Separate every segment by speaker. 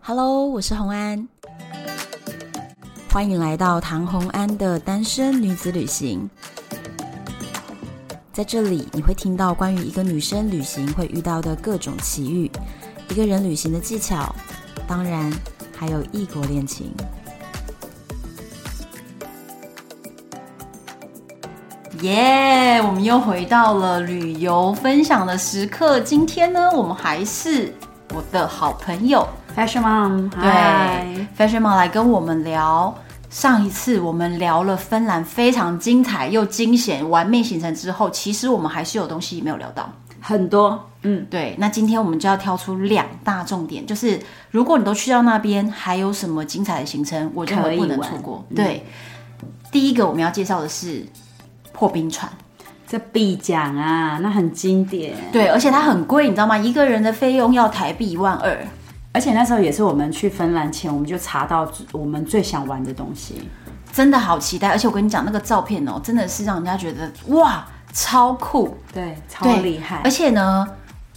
Speaker 1: Hello，我是红安，欢迎来到唐红安的单身女子旅行。在这里，你会听到关于一个女生旅行会遇到的各种奇遇，一个人旅行的技巧，当然还有异国恋情。耶我们又回到了旅游分享的时刻。今天呢，我们还是我的好朋友
Speaker 2: Fashion Mom，
Speaker 1: 对，Fashion Mom 来跟我们聊。上一次我们聊了芬兰非常精彩又惊险完美行程之后，其实我们还是有东西没有聊到。
Speaker 2: 很多，嗯，
Speaker 1: 对，那今天我们就要挑出两大重点，就是如果你都去到那边，还有什么精彩的行程，我认为不能
Speaker 2: 可以玩
Speaker 1: 错过。对，第一个我们要介绍的是破冰船。
Speaker 2: 这必讲啊，那很经典。
Speaker 1: 对，而且它很贵，你知道吗？一个人的费用要台币一万二。
Speaker 2: 而且那时候也是我们去芬兰前，我们就查到我们最想玩的东西。
Speaker 1: 真的好期待！而且我跟你讲，那个照片哦，真的是让人家觉得哇，超酷，
Speaker 2: 对，超
Speaker 1: 对
Speaker 2: 厉害
Speaker 1: 而。且呢，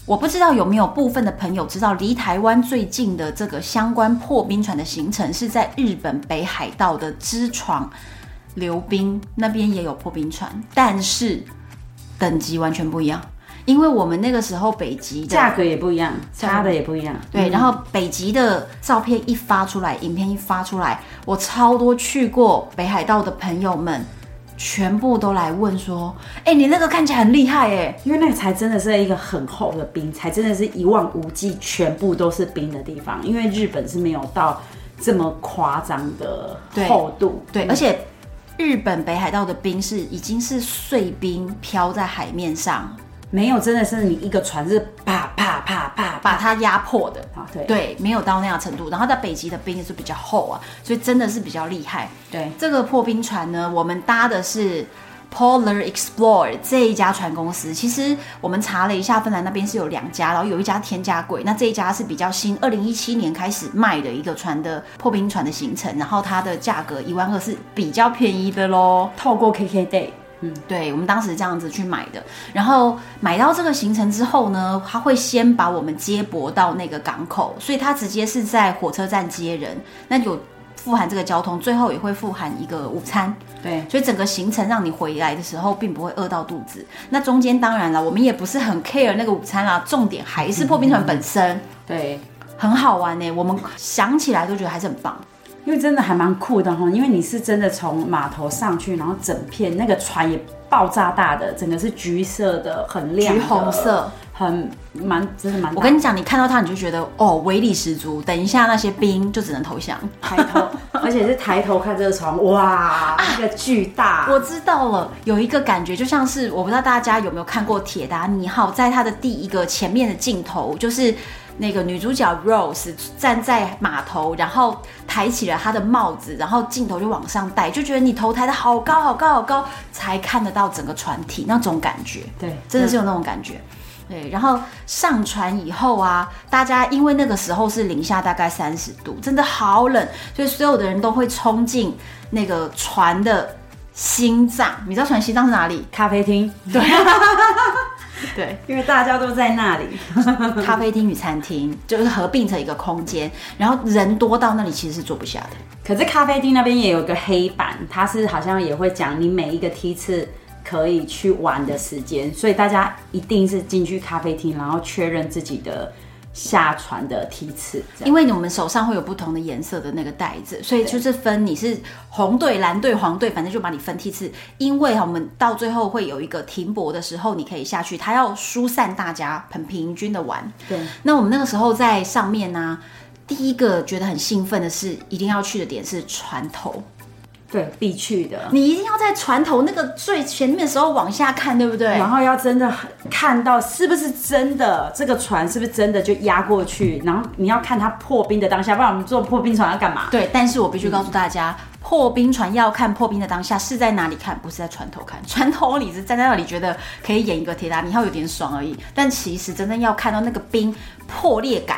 Speaker 1: 我不知道有没有部分的朋友知道，离台湾最近的这个相关破冰船的行程是在日本北海道的知床溜冰那边也有破冰船，但是等级完全不一样，因为我们那个时候北极的
Speaker 2: 价格也不一样，差的也不一样。嗯
Speaker 1: 对，然后北极的照片一发出来，影片一发出来，我超多去过北海道的朋友们，全部都来问说：“哎、你那个看起来很厉害哎。
Speaker 2: 因为那个才真的是一个很厚的冰，才真的是一望无际，全部都是冰的地方。因为日本是没有到这么夸张的
Speaker 1: 对
Speaker 2: 厚度”，嗯
Speaker 1: 对，而且日本北海道的冰是已经是碎冰飘在海面上，
Speaker 2: 没有真的是你一个船是啪啪啪啪啪
Speaker 1: 把它压迫的。
Speaker 2: 啊，对
Speaker 1: 对，没有到那样程度。然后在北极的冰也是比较厚啊，所以真的是比较厉害。
Speaker 2: 对
Speaker 1: 这个破冰船呢，我们搭的是 Polar Explorer 这一家船公司。其实我们查了一下，芬兰那边是有两家，然后有一家添加贵，那这一家是比较新，二零一七年开始卖的一个船的破冰船的行程，然后它的价格一万二是比较便宜的喽。
Speaker 2: 透过 KK Day，
Speaker 1: 对，我们当时这样子去买的。然后买到这个行程之后呢，他会先把我们接驳到那个港口，所以他直接是在火车站接人，那有富含这个交通，最后也会富含一个午餐。
Speaker 2: 对，
Speaker 1: 所以整个行程让你回来的时候并不会饿到肚子。那中间当然了，我们也不是很 care 那个午餐啦，重点还是破冰船本身
Speaker 2: 对，
Speaker 1: 很好玩呢、我们想起来都觉得还是很棒。
Speaker 2: 因为真的还蛮酷的哈，因为你是真的从码头上去，然后整片那个船也爆炸大的，整个是橘色的，很亮
Speaker 1: 橘
Speaker 2: 的，
Speaker 1: 红色，
Speaker 2: 很蛮真的蛮大。
Speaker 1: 我跟你讲，你看到它你就觉得哦，威力十足。等一下那些冰就只能投降。
Speaker 2: 抬头， 而且是抬头看这个船，哇，那个巨大，
Speaker 1: 啊我知道了，有一个感觉，就像是我不知道大家有没有看过《铁达尼号》，在它的第一个前面的镜头，就是那个女主角 Rose 站在码头，然后抬起了她的帽子，然后镜头就往上带，就觉得你头抬得好高好高好高，才看得到整个船体那种感觉。
Speaker 2: 对，
Speaker 1: 真的是有那种感觉。对，然后上船以后啊，大家因为那个时候是零下大概三十度，真的好冷，所以所有的人都会冲进那个船的心脏。你知道船心脏是哪里？
Speaker 2: 咖啡厅，对，
Speaker 1: 对，
Speaker 2: 因为大家都在那里，
Speaker 1: 咖啡厅与餐厅就是合并成一个空间，然后人多到那里其实是坐不下的。
Speaker 2: 可是咖啡厅那边也有个黑板，它是好像也会讲你每一个梯次可以去玩的时间，所以大家一定是进去咖啡厅，然后确认自己的下船的梯次。这样
Speaker 1: 因为你们手上会有不同的颜色的那个袋子，所以就是分你是红队、蓝队、黄队，反正就把你分梯次。因为我们到最后会有一个停泊的时候，你可以下去，它要疏散大家，很平均的玩。
Speaker 2: 对，
Speaker 1: 那我们那个时候在上面呢、第一个觉得很兴奋的是，一定要去的点是船头，
Speaker 2: 对，必去的。
Speaker 1: 你一定要在船头那个最前面的时候往下看，对不对
Speaker 2: 然？后要真的很看到是不是真的这个船是不是真的就压过去，然后你要看它破冰的当下，不然我们坐破冰船要干嘛？
Speaker 1: 对，但是我必须告诉大家，破冰船要看破冰的当下是在哪里看，不是在船头看。船头你是站在那里觉得可以演一个铁达尼号有点爽而已，但其实真正要看到那个冰破裂感，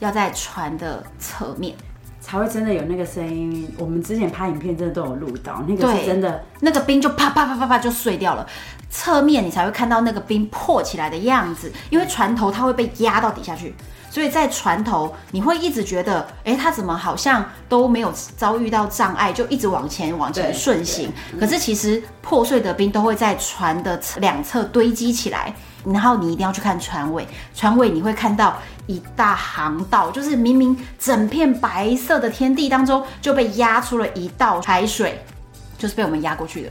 Speaker 1: 要在船的侧面，
Speaker 2: 才会真的有那个声音。我们之前拍影片真的都有录到，那个
Speaker 1: 对
Speaker 2: 是真的
Speaker 1: 那个冰就啪啪啪啪啪就碎掉了，侧面你才会看到那个冰破起来的样子，因为船头它会被压到底下去，所以在船头你会一直觉得，哎、他怎么好像都没有遭遇到障碍，就一直往前往前
Speaker 2: 对嗯
Speaker 1: 顺行。可是其实破碎的冰都会在船的侧两侧堆积起来。然后你一定要去看船尾，船尾你会看到一大航道，就是明明整片白色的天地当中就被压出了一道海水，就是被我们压过去的。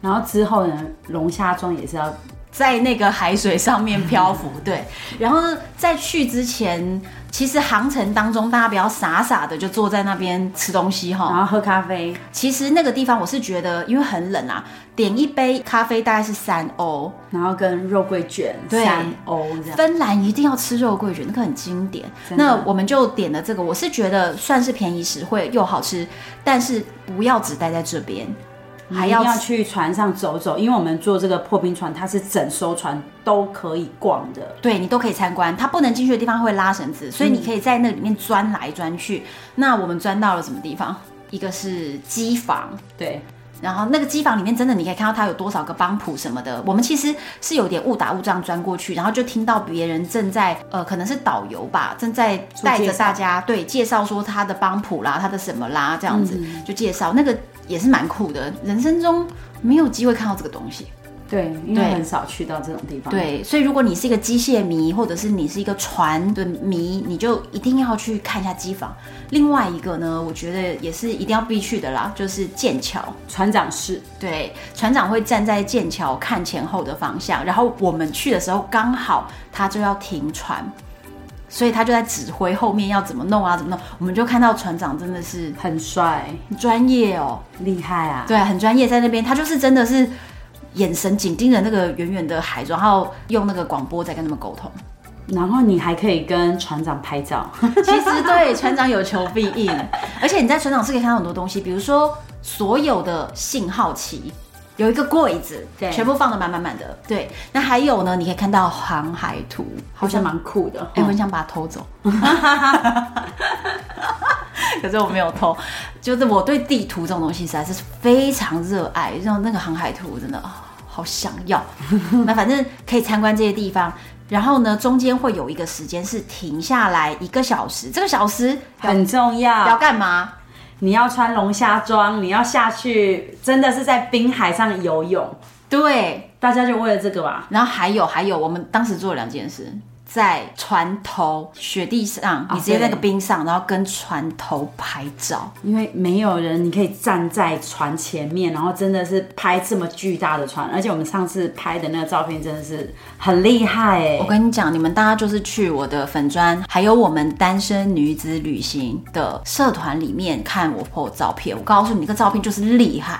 Speaker 2: 然后之后呢，龙虾庄也是要
Speaker 1: 在那个海水上面漂浮，对。然后呢在去之前，其实航程当中，大家不要傻傻的就坐在那边吃东西哈。
Speaker 2: 然后喝咖啡，
Speaker 1: 其实那个地方我是觉得，因为很冷啊，点一杯咖啡大概是三欧。
Speaker 2: 然后跟肉桂卷
Speaker 1: 对
Speaker 2: 三欧这样。
Speaker 1: 芬兰一定要吃肉桂卷，那个很经典。
Speaker 2: 真的
Speaker 1: 那我们就点了这个，我是觉得算是便宜实惠又好吃，但是不要只待在这边，还
Speaker 2: 还要
Speaker 1: 要
Speaker 2: 要去船上走走，因为我们坐这个破冰船，它是整艘船都可以逛的。
Speaker 1: 对你都可以参观，它不能进去的地方会拉绳子，所以你可以在那里面钻来钻去。那我们钻到了什么地方？一个是机房，
Speaker 2: 对，
Speaker 1: 然后那个机房里面真的你可以看到它有多少个帮谱什么的。我们其实是有点误打误撞钻过去，然后就听到别人正在呃，可能是导游吧，正在带着大家对介绍说他的帮谱啦，他的什么啦这样子、就介绍，那个也是蛮酷的，人生中没有机会看到这个东西。
Speaker 2: 对，因为
Speaker 1: 对
Speaker 2: 很少去到这种地方。，
Speaker 1: 对，所以如果你是一个机械迷，或者是你是一个船的迷，你就一定要去看一下机房。另外一个呢，我觉得也是一定要必去的啦，就是剑桥。
Speaker 2: 船长室
Speaker 1: 对，船长会站在剑桥看前后的方向，然后我们去的时候刚好他就要停船，所以他就在指挥后面要怎么弄啊，怎么弄。我们就看到船长真的是
Speaker 2: 很帅，
Speaker 1: 很专业哦，
Speaker 2: 厉害啊！
Speaker 1: 对，很专业，在那边他就是真的是眼神紧盯着那个远远的海，然后用那个广播在跟他们沟通。
Speaker 2: 然后你还可以跟船长拍 照，
Speaker 1: 其实对船长有求必应，而且你在船长是可以看到很多东西，比如说所有的信号旗。有一个柜子，
Speaker 2: 对
Speaker 1: 全部放的满满满的。对，那还有呢，你可以看到航海图，
Speaker 2: 好像蛮酷的。
Speaker 1: 哎、我很想把它偷走， 可是我没有偷。就是我对地图这种东西实在是非常热爱，然后那个航海图真的啊、好想要。那反正可以参观这些地方，然后呢，中间会有一个时间是停下来一个小时，这个小时要
Speaker 2: 哦很重
Speaker 1: 要
Speaker 2: 要，
Speaker 1: 干嘛？
Speaker 2: 你要穿龙虾装，你要下去，真的是在冰海上游泳，
Speaker 1: 对，
Speaker 2: 大家就为了这个吧。
Speaker 1: 然后还有还有，我们当时做了两件事，在船头雪地上，你直接
Speaker 2: 对
Speaker 1: 在那个冰上，然后跟船头拍照。
Speaker 2: 因为没有人，你可以站在船前面，然后真的是拍这么巨大的船，而且我们上次拍的那个照片真的是很厉害哎、
Speaker 1: 我跟你讲，你们大家就是去我的粉砖，还有我们单身女子旅行的社团里面看我 po 照片。我告诉你，那个照片就是厉害。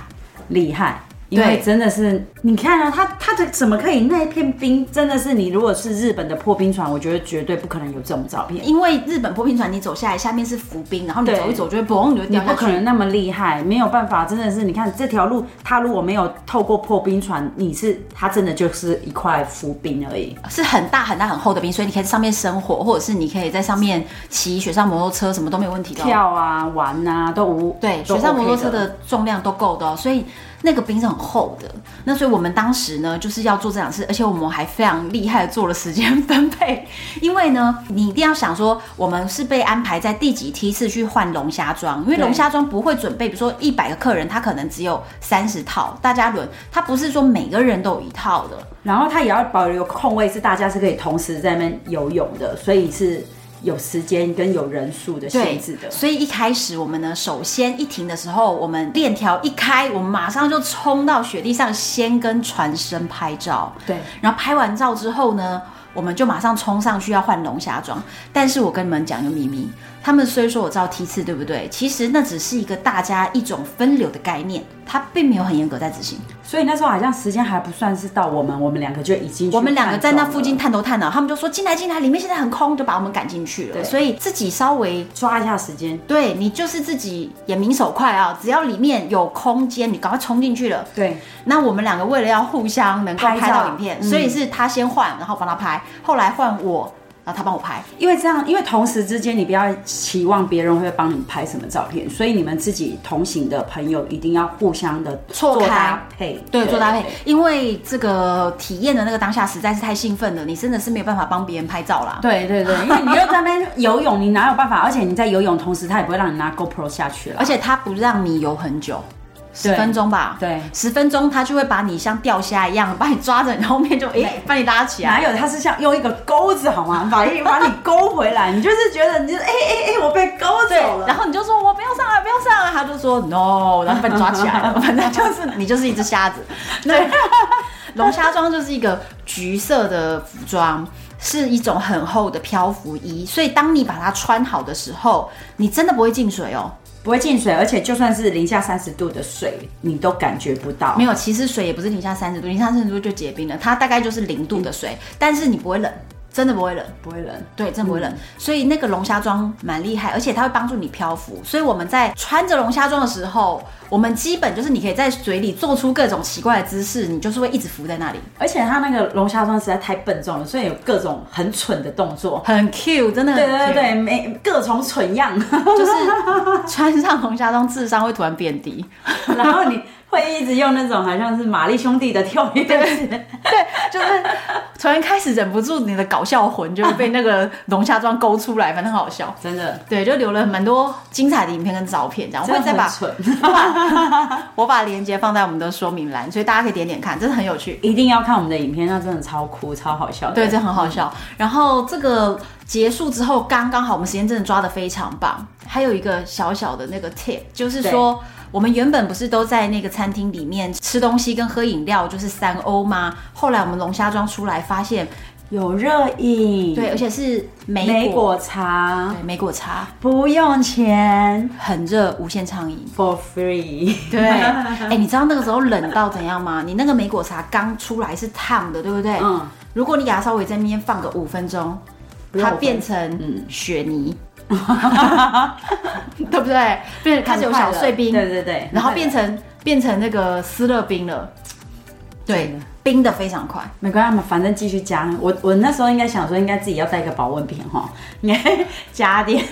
Speaker 2: 厉害。因为
Speaker 1: 对
Speaker 2: 真的是，你看啊，它它的怎么可以那一片冰，真的是你如果是日本的破冰船，我觉得绝对不可能有这种照片，
Speaker 1: 因为日本破冰船，你走下来，下面是浮冰，然后你
Speaker 2: 对
Speaker 1: 走一走就会嘣，你就
Speaker 2: 你
Speaker 1: 掉
Speaker 2: 不
Speaker 1: 下
Speaker 2: 可
Speaker 1: 去。
Speaker 2: 能那么厉害，没有办法，真的是，你看这条路，它如果没有透过破冰船，你是它真的就是一块浮冰而已，
Speaker 1: 是很大很大很厚的冰，所以你可以在上面生火，或者是你可以在上面骑雪上摩托车，什么都没问题的哦。
Speaker 2: 跳啊玩啊都无
Speaker 1: 对，
Speaker 2: 都
Speaker 1: 雪上摩托
Speaker 2: OK
Speaker 1: 车的重量都够的、哦，所以那个冰是很厚的。那所以我们当时呢，就是要做这两事，而且我们还非常厉害的做了时间分配，因为呢，你一定要想说，我们是被安排在第几梯次去换龙虾装，因为
Speaker 2: 对
Speaker 1: 龙虾装不会准备，比如说一百个客人，他可能只有三十套，大家轮，他不是说每个人都有一套的。
Speaker 2: 然后它也要保留空位，是大家是可以同时在那边游泳的，所以是有时间跟有人数的限制的。
Speaker 1: 所以一开始我们呢，首先一停的时候，我们链条一开，我们马上就冲到雪地上，先跟船身拍照。
Speaker 2: 对，
Speaker 1: 然后拍完照之后呢，我们就马上冲上去要换龙虾装。但是我跟你们讲一个秘密，他们虽说我知道梯次对不对，其实那只是一个大家一种分流的概念，它并没有很严格在执行。
Speaker 2: 所以那时候好像时间还不算是到我们，我们两个就已经去
Speaker 1: 我们两个在那
Speaker 2: 看中
Speaker 1: 附近
Speaker 2: 了
Speaker 1: 探头探脑，他们就说进来进来，里面现在很空，就把我们赶进去了。
Speaker 2: 对
Speaker 1: 所以自己稍微
Speaker 2: 抓一下时间。
Speaker 1: 对你就是自己眼明手快啊，只要里面有空间，你赶快冲进去了。
Speaker 2: 对，
Speaker 1: 那我们两个为了要互相能够
Speaker 2: 拍照
Speaker 1: 拍到影片，
Speaker 2: 嗯
Speaker 1: 所以是他先换，然后帮他拍，后来换我。然后他帮我拍。
Speaker 2: 因为这样，因为同时之间你不要期望别人会帮你拍什么照片，所以你们自己同行的朋友一定要互相的
Speaker 1: 错
Speaker 2: 做
Speaker 1: 开
Speaker 2: 搭配，
Speaker 1: 对，做搭配，因为这个体验的那个当下实在是太兴奋了，你真的是没有办法帮别人拍照啦。
Speaker 2: 对对对，因为你又在那边游泳，你哪有办法？而且你在游泳同时，他也不会让你拿 GoPro 下去了
Speaker 1: 而。且他不让你游很久，十分钟吧，
Speaker 2: 对
Speaker 1: 十分钟他就会把你像钓虾一样把你抓着，然后后面就诶、把你拉起
Speaker 2: 哪
Speaker 1: 来。
Speaker 2: 有？他是像用一个钩子 好吗？把你把你勾回来，你就是觉得你就是哎哎哎，我被勾
Speaker 1: 对
Speaker 2: 走，了。
Speaker 1: 然后你就说我不要上来，不要上来，他就说 no，然后把你抓起来 了。反正就是你就是一只虾子。那龙虾装就是一个橘色的服装，是一种很厚的漂浮衣，所以当你把它穿好的时候，你真的不会进水哦。
Speaker 2: 不会进水，而且就算是零下三十度的水，你都感觉不到
Speaker 1: 没。有，其实水也不是零下三十度，零下三十度就结冰了，它大概就是零度的水，但是你不会冷，真的不会冷。
Speaker 2: 不会冷，嗯
Speaker 1: 对，真的不会冷，所以那个龙虾装蛮厉害，而且它会帮助你漂浮。所以我们在穿着龙虾装的时候，我们基本就是你可以在水里做出各种奇怪的姿势，你就是会一直浮在那里，
Speaker 2: 而且它那个龙虾装实在太笨重了，所以有各种很蠢的动作。
Speaker 1: 很 Q，真的很
Speaker 2: 对
Speaker 1: Q
Speaker 2: 对对，每各种蠢样，
Speaker 1: 就是穿上龙虾装，智商会突然变低。
Speaker 2: 然后你会一直用那种好像是玛丽兄弟的跳跃式，
Speaker 1: 就是突然开始忍不住你的搞笑魂就会被那个龙虾装勾出来，反正很好笑。
Speaker 2: 真的，
Speaker 1: 对，就留了蛮多精彩的影片跟照片，这样我会再
Speaker 2: 真的很
Speaker 1: 把
Speaker 2: 蠢，
Speaker 1: 我把链接放在我们的说明栏，所以大家可以点点看，真的很有趣。
Speaker 2: 一定要看我们的影片，那真的超酷、超好笑的。
Speaker 1: 对，这很好笑。然后这个结束之后，刚刚好，我们时间真的抓得非常棒。还有一个小小的那个 tip，就是说，我们原本不是都在那个餐厅里面吃东西跟喝饮料，就是三欧吗？后来我们龙虾庄出来发现，
Speaker 2: 有热饮，
Speaker 1: 对，，而且是梅果，
Speaker 2: 莓果茶
Speaker 1: 对，梅果茶
Speaker 2: 不用钱
Speaker 1: 很热，无限畅饮。
Speaker 2: ，for free。
Speaker 1: 对， 哎、你知道那个时候冷到怎样吗？你那个梅果茶刚出来是烫的，对不对？
Speaker 2: 嗯，
Speaker 1: 如果你牙稍微在那边放个五分钟，嗯
Speaker 2: 用
Speaker 1: 它
Speaker 2: 五分
Speaker 1: 变成雪 泥，对不对？变成开始有小碎冰，
Speaker 2: 对对对，
Speaker 1: 然后变
Speaker 2: 成
Speaker 1: 成变成那个斯乐冰了。对
Speaker 2: 真的，
Speaker 1: 冰的非常快。
Speaker 2: 没关系，反正继续加。我我那时候应该想说，应该自己要带一个保温瓶哈，应该 加点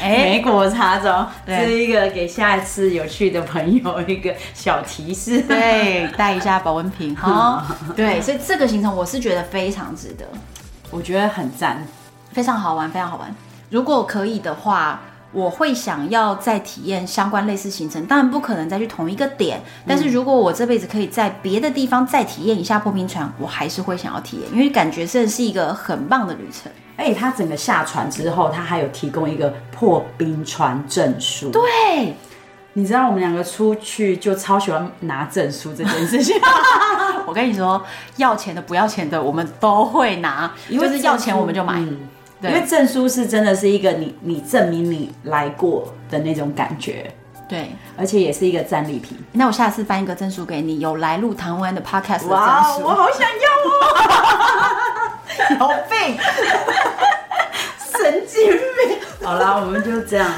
Speaker 1: 哎
Speaker 2: 莓果茶种，
Speaker 1: 对
Speaker 2: 这一个给下一次有去的朋友一个小提示。
Speaker 1: 对，带一下保温瓶哈。 对，所以这个行程我是觉得非常值得。
Speaker 2: 我觉得很赞。
Speaker 1: 非常好玩，非常好玩。如果可以的话，我会想要再体验相关类似行程，当然不可能再去同一个点，但是如果我这辈子可以在别的地方再体验一下破冰船，我还是会想要体验，因为感觉真的是一个很棒的旅程。
Speaker 2: 而哎且它整个下船之后，它还有提供一个破冰船证书。对，
Speaker 1: 对，
Speaker 2: 你知道我们两个出去就超喜欢拿证书这件事情，
Speaker 1: 我跟你说，要钱的不要钱的，我们都会拿，因为
Speaker 2: 证
Speaker 1: 是
Speaker 2: 书
Speaker 1: 要钱我们就买。
Speaker 2: 嗯
Speaker 1: 对
Speaker 2: 因为证书是真的是一个你你证明你来过的那种感觉，
Speaker 1: 对，
Speaker 2: 而且也是一个战利品。
Speaker 1: 那我下次颁一个证书给你，有来路台湾的 podcast 的证书。
Speaker 2: 哦好想要哦！
Speaker 1: 有 病，
Speaker 2: 神经病。 好啦，我们就这样，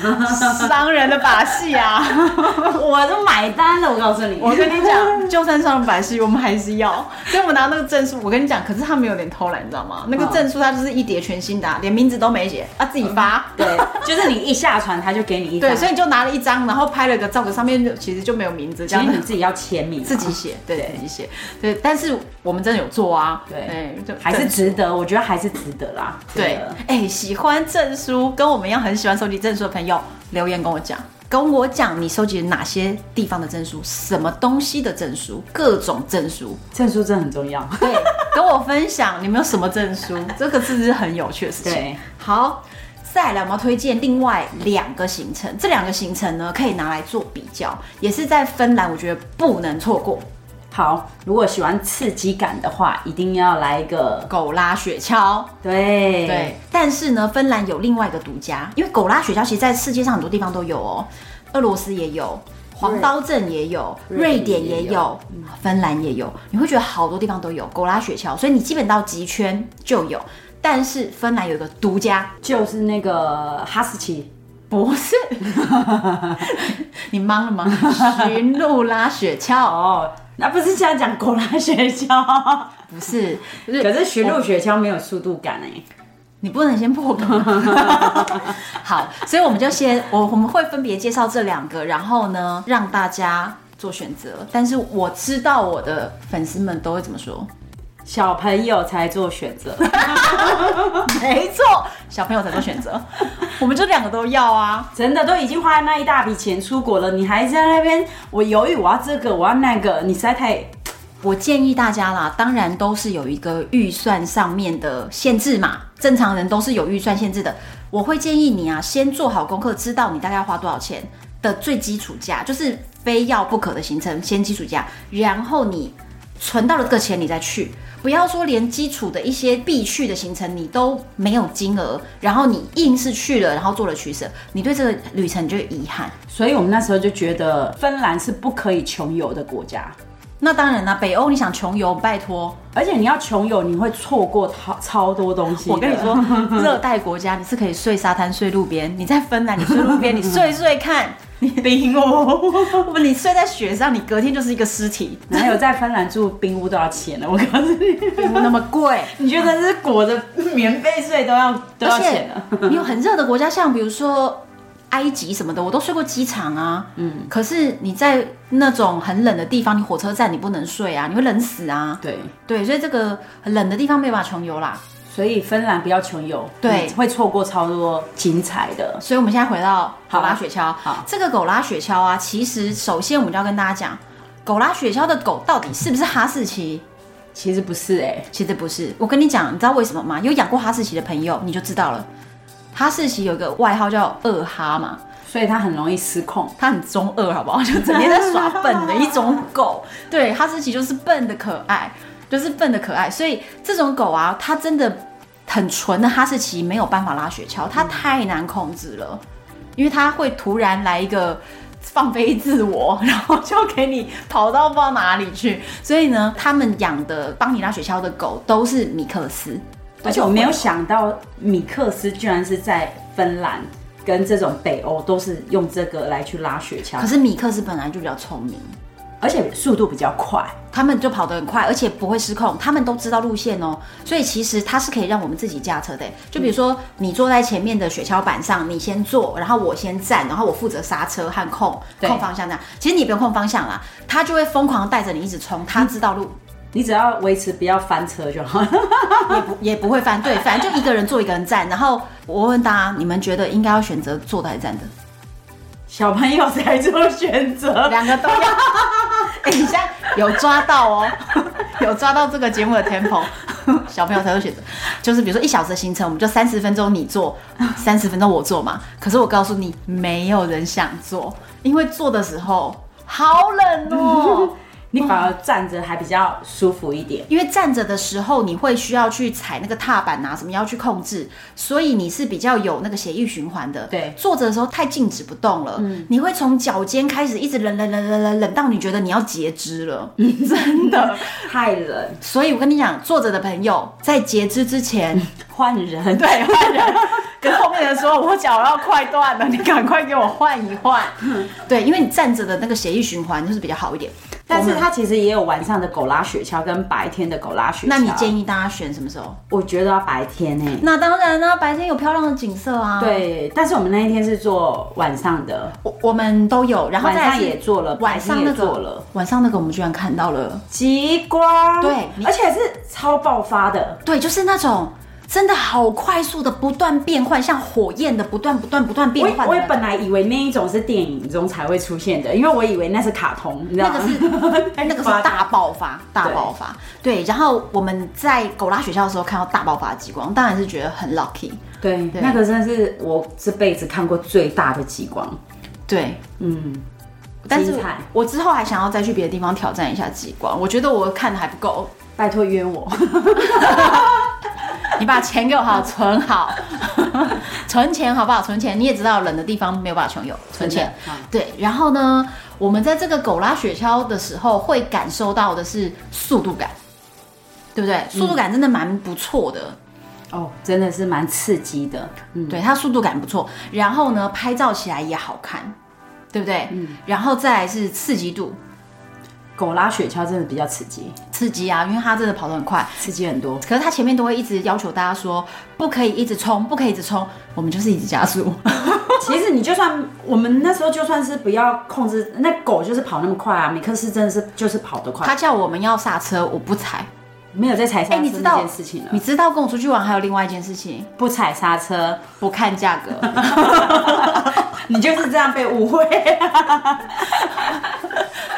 Speaker 1: 商人的把戏啊！
Speaker 2: 我都买单了。我告诉你，
Speaker 1: 我跟你讲，就算上了百戏，我们还是要。所以我们拿那个证书，我跟你讲，可是他们有点偷懒，你知道
Speaker 2: 嗯
Speaker 1: 吗？那个证书它就是一叠全新的、啊，连名字都没写，啊自己发。
Speaker 2: 对，就是你一下船，他就给你一张
Speaker 1: 对，所以你就拿了一张，然后拍了个照，可上面就其实就没有名字，这
Speaker 2: 其
Speaker 1: 样
Speaker 2: 实你啊
Speaker 1: 子
Speaker 2: 自己要签名嘛，
Speaker 1: 自己写，对，自己写，对。但是我们真的有做啊，
Speaker 2: 对
Speaker 1: 就，
Speaker 2: 还是值得，我觉得还是值得啦。
Speaker 1: 对
Speaker 2: 真的。
Speaker 1: 哎、喜欢证书，跟我们一样很喜欢收集证书的朋友，留言跟我讲，跟我讲你收集了哪些地方的证书，什么东西的证书，各种证书。
Speaker 2: 证书真的很重要。
Speaker 1: 对，跟我分享你们有什么证书，这个是不是很有趣的事情？
Speaker 2: 对，
Speaker 1: 好，再来我们要推荐另外两个行程，这两个行程呢可以拿来做比较，也是在芬兰，我觉得不能错过
Speaker 2: 好，如果喜欢刺激感的话，一定要来一个。
Speaker 1: 狗拉雪橇。
Speaker 2: 对
Speaker 1: 对，但是呢，芬兰有另外一个独家，因为狗拉雪橇其实在世界上很多地方都有哦，俄罗斯也有。黄刀镇也有，瑞
Speaker 2: 瑞典
Speaker 1: 典
Speaker 2: 也
Speaker 1: 也
Speaker 2: 有
Speaker 1: 有，嗯芬兰也有，你会觉得好多地方都有狗拉雪橇，所以你基本到极圈就有。但是芬兰有一个独家，
Speaker 2: 就是那个哈士奇。
Speaker 1: 不 是？你懵了 吗？驯鹿拉雪橇
Speaker 2: 哦，那不是这样讲狗拉雪橇，
Speaker 1: 不是，不是欸
Speaker 2: 可是驯鹿雪橇没有速度感哎、
Speaker 1: 你不能先破 梗。好，所以我们就先我我们会分别介绍这两个，然后呢让大家做选择。但是我知道我的粉丝们都会怎么说，
Speaker 2: 小朋友才做选择，
Speaker 1: 没错，小朋友才做选择， 我们就两个都要啊。
Speaker 2: 真的都已经花了那一大笔钱出国了，你还在那边我犹豫，我要这个，我要那个，你实在太
Speaker 1: 我建议大家啦，当然都是有一个预算上面的限制嘛，正常人都是有预算限制的。我会建议你啊，先做好功课，知道你大概要花多少钱的最基础价，就是非要不可的行程，先基础价，然后你存到了这个钱，你再去。不要说连基础的一些必去的行程你都没有金额，然后你硬是去了，然后做了取舍，你对这个旅程就会遗憾。
Speaker 2: 所以我们那时候就觉得芬兰是不可以穷游的国家，
Speaker 1: 那当然啦、北欧你想穷游，拜托，
Speaker 2: 而且你要穷游，你会错过超超多东西。
Speaker 1: 我跟你， 说， 热带国家你是可以睡沙滩、睡路边。你在芬兰，你睡路边，你睡睡看，哦
Speaker 2: 冰屋
Speaker 1: 你睡在雪上，你隔天就是一个尸体。
Speaker 2: 哪有在芬兰住冰屋多少钱呢？我告诉你，
Speaker 1: 那么贵，
Speaker 2: 你觉得是裹着棉被睡都要都要
Speaker 1: 而
Speaker 2: 钱啊
Speaker 1: 且
Speaker 2: 呢？
Speaker 1: 你有很热的国家，像比如说埃及什么的，我都睡过机场啊。嗯，可是你在那种很冷的地方，你火车站你不能睡啊，你会冷死啊。
Speaker 2: 对，
Speaker 1: 对，所以这个很冷的地方没有办法穷游啦。
Speaker 2: 所以芬兰不要穷游，
Speaker 1: 对
Speaker 2: 你会错过超多精彩的。
Speaker 1: 所以我们现在回到狗拉雪橇。
Speaker 2: 好
Speaker 1: 这个狗拉雪橇啊，其实首先我们就要跟大家讲，狗拉雪橇的狗到底是不是哈士奇？
Speaker 2: 其实不是哎、
Speaker 1: 其实不是，我跟你讲，你知道为什么吗？有养过哈士奇的朋友你就知道了。哈士奇有一个外号叫二哈嘛，
Speaker 2: 所以它很容易失控。
Speaker 1: 它很中二，好不 好？就整天在耍笨的一种狗。对，哈士奇就是笨的可爱，就是笨的可爱。所以这种狗啊，它真的很纯的哈士奇没有办法拉雪橇，它太难控制了，因为它会突然来一个。放飞自我，然后就给你跑到不知道哪里去。所以呢，他们养的帮你拉雪橇的狗都是米克斯，
Speaker 2: 而且我没
Speaker 1: 都
Speaker 2: 有
Speaker 1: 是
Speaker 2: 想到米克斯居然是在芬兰跟这种北欧都是用这个来去拉雪
Speaker 1: 混，可
Speaker 2: 橇，
Speaker 1: 是米克斯本来就比较聪明，
Speaker 2: 而且速度比较快。
Speaker 1: 他们就跑得很快，而且不会失控，他们都知道路线哦，所以其实它是可以让我们自己驾车的耶。就比如说，你坐在前面的雪橇板上，你先坐，然后我先站，然后我负责刹车和控
Speaker 2: 对
Speaker 1: 控方向这样。其实你不用控方向啦，它就会疯狂地带着你一直冲，它知道路，
Speaker 2: 你只要维持不要翻车就 好。
Speaker 1: 也不也不会翻。对，反正就一个人坐一个人站。然后我问大家，你们觉得应该要选择坐的还是站的？
Speaker 2: 小朋友才做选择，
Speaker 1: 两个都 要。哎、你现在有抓到哦， 有抓到这个节目的 tempo，小朋友才会选择，就是比如说一小时的行程，我们就三十分钟你做，三十分钟我做嘛。可是我告诉你，没有人想做，因为做的时候好冷 哦。
Speaker 2: 你反而站着还比较舒服一点。
Speaker 1: 因为站着的时候，你会需要去踩那个踏板啊，什么要去控制，所以你是比较有那个血液循环的。
Speaker 2: 对
Speaker 1: 坐着的时候太静止不动了，你会从脚尖开始一直冷冷冷冷冷冷到你觉得你要截肢了，真的。
Speaker 2: 太冷，
Speaker 1: 所以我跟你讲，坐着的朋友在截肢之 前，
Speaker 2: 换人。
Speaker 1: 对，换人。 跟后面的说，我脚要快断了，你赶快给我换一换。
Speaker 2: 嗯
Speaker 1: 对，因为你站着的那个血液循环就是比较好一点。
Speaker 2: 但是
Speaker 1: 我们
Speaker 2: 它其实也有晚上的狗拉雪橇跟白天的狗拉雪橇。
Speaker 1: 那你
Speaker 2: 议？
Speaker 1: 建议大家选什么时候？
Speaker 2: 我觉得要白天呢、欸
Speaker 1: 那当然啦、白天有漂亮的景色啊。。
Speaker 2: 对，但是我们那一天是做晚上的，
Speaker 1: 我我们都有，然后
Speaker 2: 晚
Speaker 1: 再来
Speaker 2: 上
Speaker 1: 是
Speaker 2: 也做了，
Speaker 1: 晚上
Speaker 2: 白
Speaker 1: 那
Speaker 2: 天也
Speaker 1: 个
Speaker 2: 做了，
Speaker 1: 晚上那个我们居然看到了，
Speaker 2: 极光，
Speaker 1: 对你
Speaker 2: 而且是超爆发的，
Speaker 1: 对，就是那种真的好快速的不断变换，像火焰的不断不断不断
Speaker 2: 我
Speaker 1: 变
Speaker 2: 也
Speaker 1: 换的
Speaker 2: 我也
Speaker 1: 那种。
Speaker 2: 本来以为那一种是电影中才会出现的，因为我以为那是卡通，你知道
Speaker 1: 那
Speaker 2: 吗？
Speaker 1: 个是 那个是大爆发，大爆发。对，然后我们在狗拉学校的时候看到大爆发的极光，当然是觉得很 lucky。
Speaker 2: 对，
Speaker 1: 对
Speaker 2: 那个真的是我这辈子看过最大的极光，
Speaker 1: 对，
Speaker 2: 嗯，
Speaker 1: 但是
Speaker 2: 精彩
Speaker 1: 我之后还想要再去别的地方挑战一下极光，我觉得我看的还不 够。
Speaker 2: 拜托约我，
Speaker 1: 你把钱给我好好存好， 存钱好不好？存钱，你也知道冷的地方没有办法穷游，存钱
Speaker 2: 真的。
Speaker 1: 对，然后呢，我们在这个狗拉雪橇的时候，会感受到的是速度感，对不对？
Speaker 2: 嗯
Speaker 1: 速度感真的蛮不错的，
Speaker 2: 哦，真的是蛮刺激的，嗯，
Speaker 1: 对，它速度感不错。然后呢，
Speaker 2: 嗯
Speaker 1: 拍照起来也好看，对不对？然后再来是刺激度，
Speaker 2: 狗拉雪橇真的比较刺激，
Speaker 1: 刺激啊，因为他真的跑得很快。
Speaker 2: 刺激很多。
Speaker 1: 可是他前面都会一直要求大家说，不可以一直冲，不可以一直冲，我们就是一直加速。
Speaker 2: 其实你就算我们那时候就算是不要控制，那狗就是跑那么快啊，米克斯真的是就是跑得快，
Speaker 1: 他叫我们要刹车，我不踩。
Speaker 2: 没有在踩刹
Speaker 1: 哎、
Speaker 2: 车
Speaker 1: 你知
Speaker 2: 这
Speaker 1: 道
Speaker 2: 件事情了，
Speaker 1: 你知道跟我出去玩还有另外一件事情，
Speaker 2: 不踩刹车，
Speaker 1: 不看价格。
Speaker 2: 你就是这样被误会。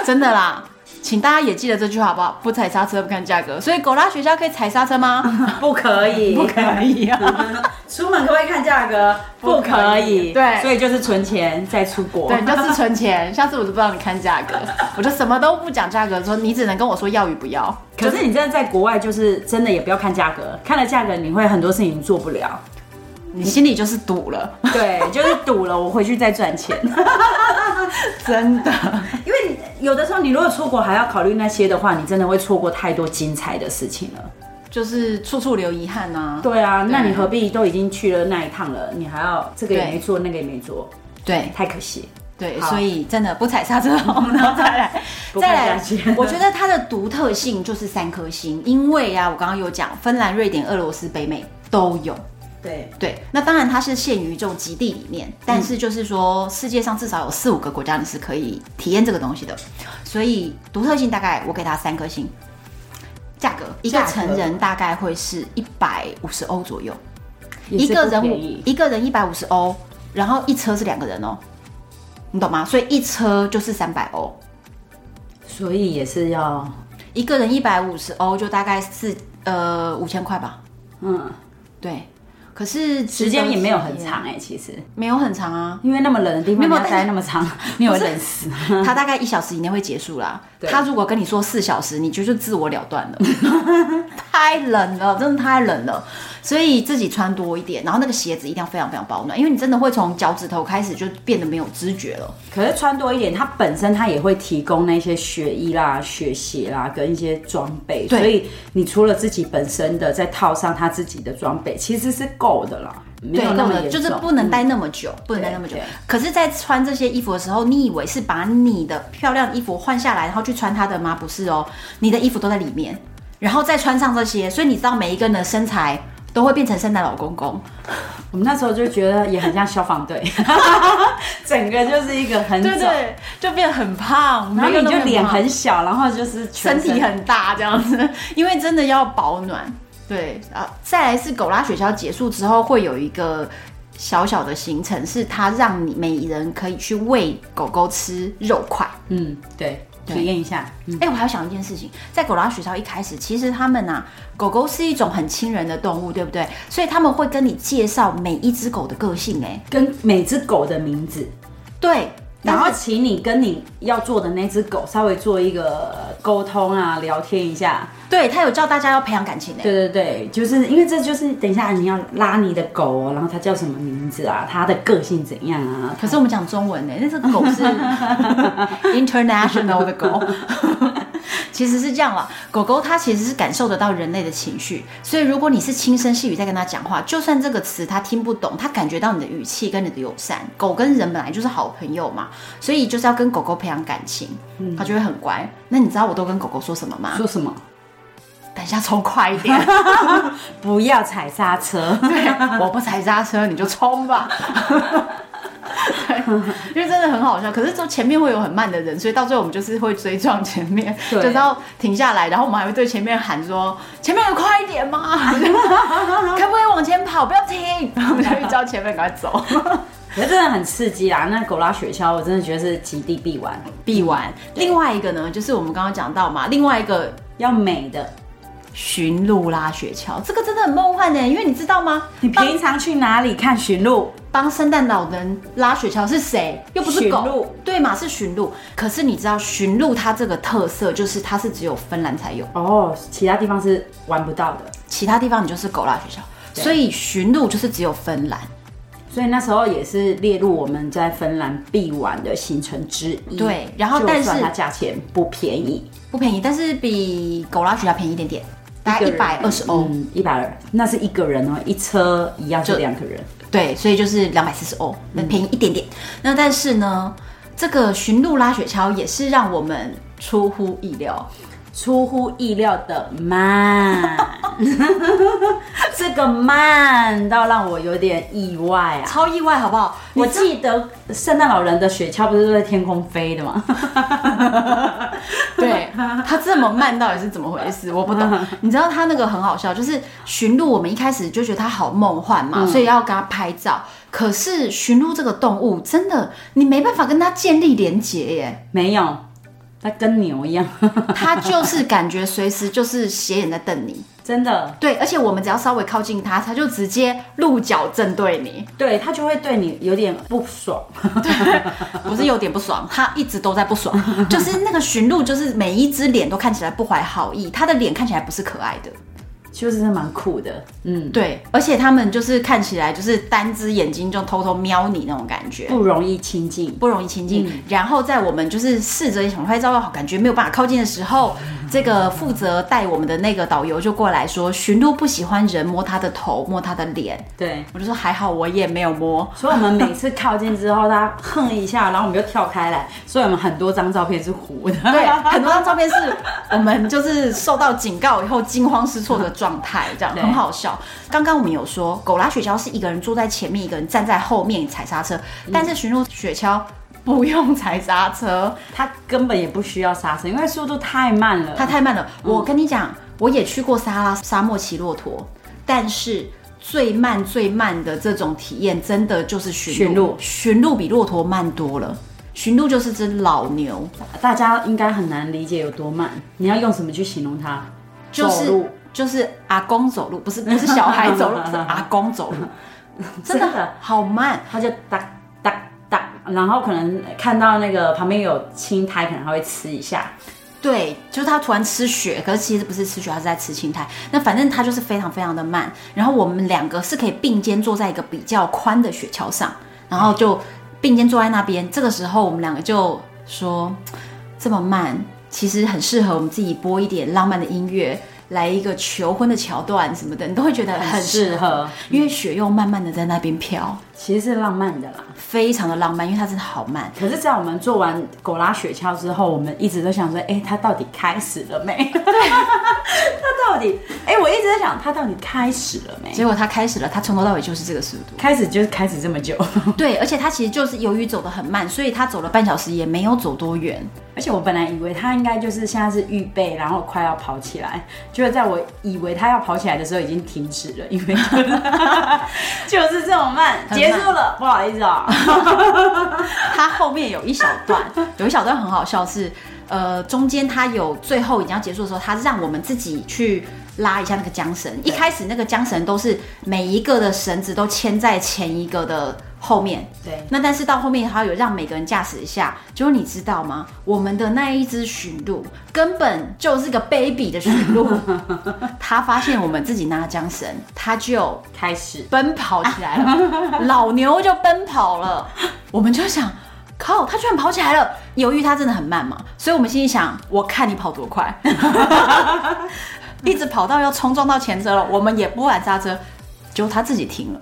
Speaker 1: 真的啦，请大家也记得这句话好不好？不踩刹车不看价格，所以狗拉学校可以踩刹车吗？
Speaker 2: 不可以，
Speaker 1: 不可以啊。
Speaker 2: 出门可不可以看价格？
Speaker 1: 不可以对
Speaker 2: 所以就是存钱再出国。
Speaker 1: 对，你就是存钱， 下次我就不让你看价格，我就什么都不讲价格，说你只能跟我说要与不要。
Speaker 2: 可是你真的在国外，就是真的也不要看价格，看了价格你会很多事情做不了。
Speaker 1: 你心里就是赌了，
Speaker 2: 对， 就是赌了，我回去再赚钱。
Speaker 1: 真的。
Speaker 2: 因为有的时候你如果出国还要考虑那些的话，你真的会错过太多精彩的事情了。
Speaker 1: 就是处处留遗憾呐、啊。
Speaker 2: 对啊，那你何必都已经去了那一趟了，你还要这个也没做，那个也没做，
Speaker 1: 对
Speaker 2: 太可惜。
Speaker 1: 对，
Speaker 2: 好
Speaker 1: 所以真的不踩刹车哦，然后再来
Speaker 2: 不
Speaker 1: 再
Speaker 2: 看
Speaker 1: 来
Speaker 2: 下去，
Speaker 1: 我觉得它的独特性就是三颗星，因为啊，我刚刚有讲芬兰、瑞典、俄罗斯、北美都有。
Speaker 2: 对，
Speaker 1: 对，那当然它是限于这种极地里面，
Speaker 2: 嗯
Speaker 1: 但是就是说世界上至少有四五个国家你是可以体验这个东西的，所以独特性大概我给它三颗星。价格一个
Speaker 2: 价格
Speaker 1: 成人大概会是一百五十欧左右，
Speaker 2: 也
Speaker 1: 一
Speaker 2: 是
Speaker 1: 个
Speaker 2: 不
Speaker 1: 人
Speaker 2: 便
Speaker 1: 五
Speaker 2: 宜
Speaker 1: 一个人一百五十欧，然后一车是两个人哦，你懂吗？所以一车就是三百欧，
Speaker 2: 所以也是要，
Speaker 1: 一个人一百五十欧就大概四呃五千块吧，
Speaker 2: 嗯，
Speaker 1: 对。可是
Speaker 2: 时间也没有很，长哎、其实，
Speaker 1: 没有很长啊，
Speaker 2: 因为那么冷的地方，
Speaker 1: 没
Speaker 2: 你
Speaker 1: 有
Speaker 2: 要
Speaker 1: 但是
Speaker 2: 待那么长， 你有冷死。
Speaker 1: 他大概一小时以内会结束啦。
Speaker 2: 对
Speaker 1: 他如果跟你说四小时，你就是自我了 断了，太冷了，真的太冷了。所以自己穿多一点，然后那个鞋子一定要非常非常保暖，因为你真的会从脚趾头开始就变得没有知觉了。
Speaker 2: 可是穿多一点，它本身它也会提供那些雪衣啦、雪鞋啦跟一些装备，
Speaker 1: 对
Speaker 2: 所以你除了自己本身的，再套上它自己的装备，其实是够的啦，没
Speaker 1: 对，
Speaker 2: 有
Speaker 1: 那
Speaker 2: 那么
Speaker 1: 么
Speaker 2: 严重，嗯
Speaker 1: 就是不能待那么久，不能待那么久
Speaker 2: 对。
Speaker 1: 可是，在穿这些衣服的时候，你以为是把你的漂亮的衣服换下来，然后去穿它的吗？不是哦，你的衣服都在里面，然后再穿上这些，所以你知道每一个人的身材都会变成圣诞老公公。
Speaker 2: 我们那时候就觉得也很像消防队， 整个就是一个很肿，
Speaker 1: 对对，就变很胖，每
Speaker 2: 然后
Speaker 1: 个
Speaker 2: 你
Speaker 1: 都
Speaker 2: 就脸
Speaker 1: 胖
Speaker 2: 很小，然后就是全
Speaker 1: 身体很大这样子， 因为真的要保暖。对啊，再来是狗拉雪橇结束之后会有一个小小的行程，是它让你每人可以去喂狗狗吃肉块。
Speaker 2: 嗯，对，
Speaker 1: 对
Speaker 2: 体验一下，嗯，
Speaker 1: 哎、我还有想一件事情，在狗拉雪橇一开始，其实他们啊，狗狗是一种很亲人的动物，对不对？所以他们会跟你介绍每一只狗的个性、哎，
Speaker 2: 跟每只狗的名字，
Speaker 1: 对，
Speaker 2: 然
Speaker 1: 但
Speaker 2: 后
Speaker 1: 是
Speaker 2: 请你跟你要做的那只狗稍微做一个沟通啊，聊天一下。
Speaker 1: 对它有教大家要培养感情、哎，
Speaker 2: 对对对，就是因为这就是等一下你要拉你的狗哦，然后它叫什么名字啊，它的个性怎样啊？
Speaker 1: 可是我们讲中文呢、那只狗是 international 的狗，其实是这样啦。狗狗它其实是感受得到人类的情绪，所以如果你是轻声细语在跟它讲话，就算这个词它听不懂，它感觉到你的语气跟你的友善。狗跟人本来就是好朋友嘛，所以就是要跟狗狗培养感情，它就会很乖。那你知道我都跟狗狗说什么吗？
Speaker 2: 说什么？
Speaker 1: 等一下冲快一点，
Speaker 2: 不要踩刹车。
Speaker 1: 对，我不踩刹车你就冲吧。对，因为真的很好笑，可是就前面会有很慢的人，所以到最后我们就是会追撞前面，
Speaker 2: 对
Speaker 1: 就是要停下来，然后我们还会对前面喊说：“前面有快一点嘛， 可不可以往前跑，不要停。”然后我们就会叫前面赶快走。
Speaker 2: 可是真的很刺激啦！那狗拉雪橇，我真的觉得是极地必玩，
Speaker 1: 必玩。另外一个呢，就是我们刚刚讲到嘛，另外一个
Speaker 2: 要美的。
Speaker 1: 驯鹿拉雪橇，这个真的很梦幻呢，因为你知道吗？
Speaker 2: 你平常去哪里看驯鹿？
Speaker 1: 帮圣诞老人拉雪橇是谁？又不是
Speaker 2: 驯
Speaker 1: 狗，
Speaker 2: 鹿
Speaker 1: 对嘛？是驯鹿。可是你知道驯鹿它这个特色就是它是只有芬兰才有，
Speaker 2: 哦，其他地方是玩不到的。
Speaker 1: 其他地方你就是狗拉雪橇。所以驯鹿就是只有芬兰，
Speaker 2: 所以那时候也是列入我们在芬兰必玩的行程之一。
Speaker 1: 对然后
Speaker 2: 就
Speaker 1: 但是
Speaker 2: 算它价钱不便宜，
Speaker 1: 不便宜，但是比狗拉雪橇便宜一点点，大概一百二十欧。
Speaker 2: 嗯，一百二，那是一个人哦，一车一样是两个人。嗯
Speaker 1: 对，所以就是两百四十欧，那便宜一点点。那但是呢，这个驯鹿拉雪橇也是让我们出乎意料，
Speaker 2: 出乎意料的慢， 这个慢到让我有点意外啊！
Speaker 1: 超意外，好不好？
Speaker 2: 我
Speaker 1: 你知道
Speaker 2: 记得圣诞老人的雪橇不是都在天空飞的吗？
Speaker 1: 对他这么慢到底是怎么回事？我不懂。你知道他那个很好笑，就是驯鹿，我们一开始就觉得它好梦幻嘛，所以要跟它拍照。可是驯鹿这个动物真的，你没办法跟它建立连结耶，
Speaker 2: 没有，它跟牛一样，
Speaker 1: 它就是感觉随时就是斜眼在瞪你。
Speaker 2: 真的，
Speaker 1: 对，而且我们只要稍微靠近它，它就直接鹿角正对你，
Speaker 2: 对它就会对你有点不爽。
Speaker 1: 不是有点不爽，它一直都在不爽。就是那个驯鹿，就是每一只脸都看起来不怀好意，它的脸看起来不是可爱的。
Speaker 2: 就是蛮酷的，嗯，
Speaker 1: 对，而且他们就是看起来就是单只眼睛就偷偷瞄你那种感觉，
Speaker 2: 不容易亲近。
Speaker 1: 不容易亲近。然后在我们就是试着想拍照要好，感觉没有办法靠近的时候，这个负责带我们的那个导游就过来说，驯鹿不喜欢人摸它的头，摸它的脸。
Speaker 2: 对，
Speaker 1: 我就说还好，我也没有摸。
Speaker 2: 所以我们每次靠近之后，它哼一下，然后我们就跳开来，所以我们很多张照片是糊的。
Speaker 1: 对，很多张照片是我们就是受到警告以后惊慌失措的状态，这样
Speaker 2: 对
Speaker 1: 很好笑。刚刚我们有说，狗拉雪橇是一个人坐在前面，一个人站在后面踩刹车，但是驯鹿雪橇不用踩刹车，
Speaker 2: 它根本也不需要刹车，因为速度太慢了。
Speaker 1: 它太慢了。我跟你讲，我也去过撒哈拉沙漠骑骆驼，但是。最慢最慢的这种体验，真的就是驯
Speaker 2: 驯
Speaker 1: 鹿
Speaker 2: 鹿。
Speaker 1: 驯鹿比骆驼慢多了，驯鹿就是只老牛。
Speaker 2: 大家应该很难理解有多慢，你要用什么去形容它？
Speaker 1: 就
Speaker 2: 走
Speaker 1: 是
Speaker 2: 路
Speaker 1: 就是阿公走路，不是不是小孩走 路，是阿公走路，真
Speaker 2: 真
Speaker 1: 的
Speaker 2: 的
Speaker 1: 好慢。
Speaker 2: 它就哒哒哒，然后可能看到那个旁边有青苔，可能它会吃一下。
Speaker 1: 对，就是他突然吃雪，可是其实不是吃雪，他是在吃青苔。那反正他就是非常非常的慢。然后我们两个是可以并肩坐在一个比较宽的雪橇上，然后就并肩坐在那边。这个时候我们两个就说，这么慢，其实很适合我们自己播一点浪漫的音乐，来一个求婚的桥段什么的，你都会觉得很
Speaker 2: 很适
Speaker 1: 适合
Speaker 2: 合，
Speaker 1: 因为雪又慢慢的在那边飘。
Speaker 2: 其实是浪漫的啦，
Speaker 1: 非常的浪漫，因为它真的好慢。
Speaker 2: 可是，在我们做完狗拉雪橇之后，我们一直都想说，哎、它到底开始了 没？它到底，哎、我一直在想，它到底开始了没？
Speaker 1: 结果它开始了，它从头到尾就是这个速度。
Speaker 2: 开始就是开始这么久，
Speaker 1: 对，而且它其实就是由于走得很慢，所以它走了半小时也没有走多远。
Speaker 2: 而且我本来以为它应该就是现在是预备，然后快要跑起来，结果在我以为它要跑起来的时候已经停止了，因为就是 就是这种慢，
Speaker 1: 慢
Speaker 2: 结束了，不好意 思啊、
Speaker 1: 它后面有一小 段，有一小段很好笑是，呃，中间它有最后已经要结束的时候，它让我们自己去。拉一下那个缰绳，一开始那个缰绳都是每一个的绳子都牵在前一个的后面，
Speaker 2: 对，
Speaker 1: 那但是到后面还有让每个人驾驶一下，结果你知道吗？我们的那一只驯鹿根本就是个 baby 的驯鹿，他发现我们自己拿缰绳，他就
Speaker 2: 开始。
Speaker 1: 奔跑起来了，老牛就奔跑了，我们就想。靠！他居然跑起来了。由于他真的很慢嘛，所以我们心里想：我看你跑多快，一直跑到要冲撞到前车了，我们也不玩刹车，结果他自己停了。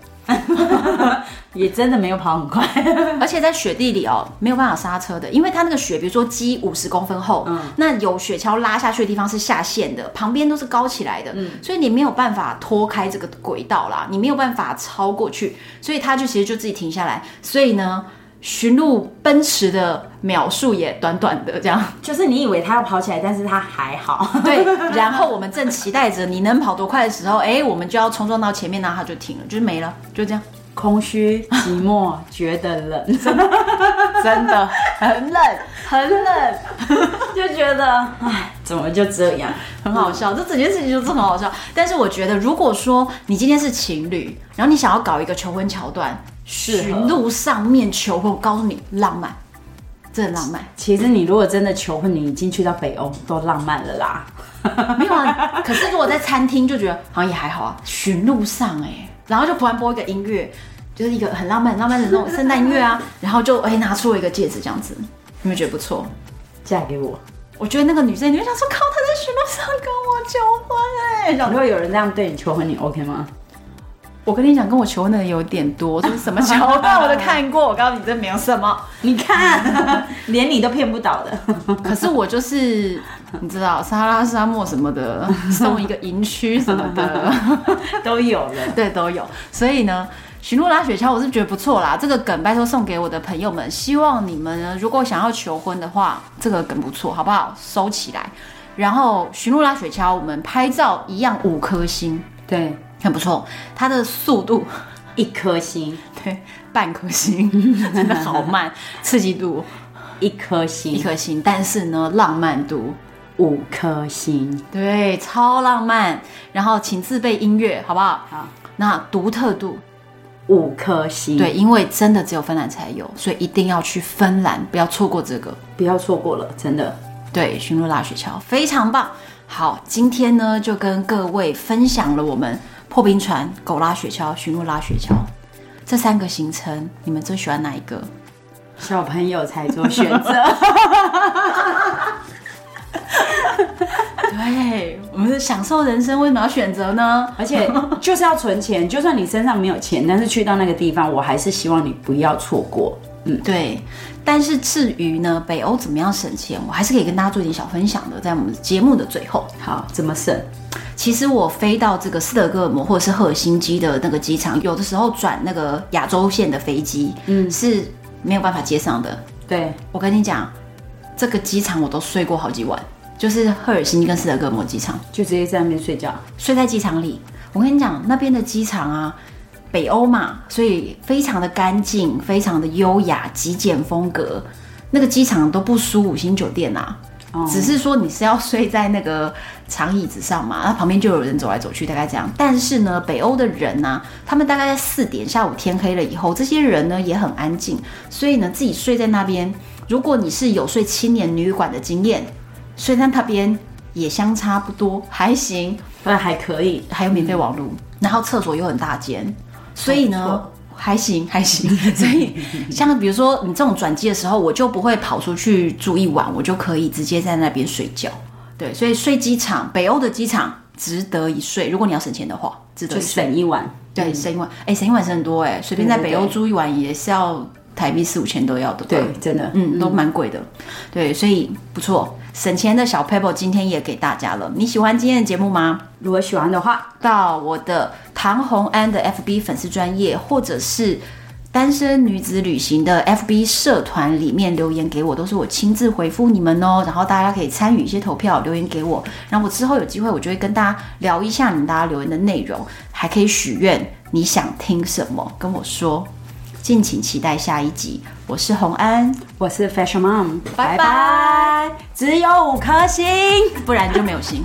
Speaker 2: 也真的没有跑很快，
Speaker 1: 而且在雪地里哦，没有办法刹车的，因为它那个雪，比如说积五十公分厚，那有雪橇拉下去的地方是下陷的，旁边都是高起来的，所以你没有办法脱开这个轨道啦，你没有办法超过去，所以它就其实就自己停下来，所以呢。驯鹿奔驰的秒数也短短的这样，
Speaker 2: 就是你以为它要跑起来，但是它还好。
Speaker 1: 对。然后我们正期待着你能跑多快的时候，哎，我们就要冲撞到前面，然后它就停了，就是没了，就这样，
Speaker 2: 空虚、寂寞，觉得冷，
Speaker 1: 真的很冷，很冷。
Speaker 2: 就觉得唉，怎么就这样？
Speaker 1: 很好笑，这整件事情就是很好笑。但是我觉得，如果说你今天是情侣，然后你想要搞一个求婚桥段，
Speaker 2: 适合
Speaker 1: 寻路上面求婚，我告诉你，浪漫，真的浪漫。
Speaker 2: 其实你如果真的求婚，你已经去到北欧都浪漫了啦。
Speaker 1: 没有啊， 可是如果在餐厅就觉得好像也还好啊，寻路上哎、然后就突然播一个音乐，就是一个很浪漫、很浪漫的那种圣诞音乐啊，然后就哎、拿出了一个戒指这样子，你们觉得不错？
Speaker 2: 嫁给我，
Speaker 1: 我觉得那个女生你会想说，靠，她在寻路上跟我求婚哎、
Speaker 2: 如果有人这样对你求婚，你 OK 吗？
Speaker 1: 我跟你讲，跟我求婚的人有点 多，就是什么桥段我都看过。我告诉你，真没有什么。
Speaker 2: 你 看，连你都骗不倒的。
Speaker 1: 可是我就是，你知道，撒哈拉沙漠什么的，送一个营区什么 的，
Speaker 2: 都有了。
Speaker 1: 对，都有。所以呢，寻路拉雪橇我是觉得不错啦，这个梗拜托送给我的朋友们，希望你们呢，如果想要求婚的话，这个梗不错，好不好？收起来。然后寻路拉雪橇，我们拍照一样五颗星，
Speaker 2: 对，
Speaker 1: 很不错，它的速度。
Speaker 2: 一颗星，
Speaker 1: 对，半颗星， 真的好 慢，刺激度
Speaker 2: 一颗
Speaker 1: 一
Speaker 2: 星，
Speaker 1: 颗星，但是呢，浪漫度
Speaker 2: 五颗星。
Speaker 1: 对，超浪漫。然后请自备音乐，好不好？嗯
Speaker 2: 好，
Speaker 1: 那独特度，
Speaker 2: 五颗星。，
Speaker 1: 对，因为真的只有芬兰才有，所以一定要去芬兰，不要错过这个。
Speaker 2: 不要错过了，真的。
Speaker 1: 对，驯鹿拉雪橇非常棒。好，今天呢就跟各位分享了我们破冰船、狗拉雪橇、驯鹿拉雪橇这三个行程，你们最喜欢哪一个？
Speaker 2: 小朋友才做选择。
Speaker 1: 对，我们是享受人生，为什么要选择呢？
Speaker 2: 而且就是要存钱，就算你身上没有钱，但是去到那个地方，我还是希望你不要错过。
Speaker 1: 对，但是至于呢，北欧怎么样省钱，我还是可以跟大家做一点小分享的，在我们节目的最后。
Speaker 2: 好，怎么省？
Speaker 1: 其实我飞到这个斯德哥尔摩或者是赫尔辛基的那个机场，有的时候转那个亚洲线的飞机，嗯，是没有办法接上的。
Speaker 2: 对，
Speaker 1: 我跟你讲，这个机场我都睡过好几晚，就是赫尔辛基跟斯德哥尔摩机场，
Speaker 2: 就直接在那边睡觉。
Speaker 1: 睡在机场里。我跟你讲，那边的机场啊，北欧嘛，所以非常的干净，非常的优雅，极简风格。那个机场都不输五星酒店啊，
Speaker 2: 哦
Speaker 1: 只是说你是要睡在那个长椅子上嘛，那旁边就有人走来走去，大概这样。但是呢，北欧的人呢、他们大概在四点下午天黑了以后，这些人呢也很安静，所以呢自己睡在那边。如果你是有睡青年旅馆的经验，睡在那边也相差不多，还行。
Speaker 2: 那还可以，
Speaker 1: 还有免费网络，嗯然后厕所又很大间，所以
Speaker 2: 还不
Speaker 1: 呢
Speaker 2: 错
Speaker 1: 还行还行。所以像比如说你这种转机的时候，我就不会跑出去住一晚，我就可以直接在那边睡觉。对，所以睡机场，北欧的机场值得一睡。如果你要省钱的话，值得
Speaker 2: 就
Speaker 1: 一睡。
Speaker 2: 省一晚。
Speaker 1: 对，省一晚，哎、省一晚省很多哎、随便在
Speaker 2: 对对
Speaker 1: 北
Speaker 2: 对
Speaker 1: 欧住一晚也是要台币四五千都要的吧。
Speaker 2: 对，真的，
Speaker 1: 嗯，都蛮贵的，对，所以不错，省钱的小 paper 今天也给大家了。你喜欢今天的节目吗？
Speaker 2: 如果喜欢的话，
Speaker 1: 到我的唐红安的 FB 粉丝专业，或者是单身女子旅行的 FB 社团里面留言给我，都是我亲自回复你们哦。然后大家可以参与一些投票，留言给我。然后我之后有机会，我就会跟大家聊一下你们大家留言的内容，还可以许愿你想听什么，跟我说。敬请期待下一集，我是红安，
Speaker 2: 我是 Fashion Mom，
Speaker 1: 拜拜
Speaker 2: 只有五颗星。
Speaker 1: 不然就没有心。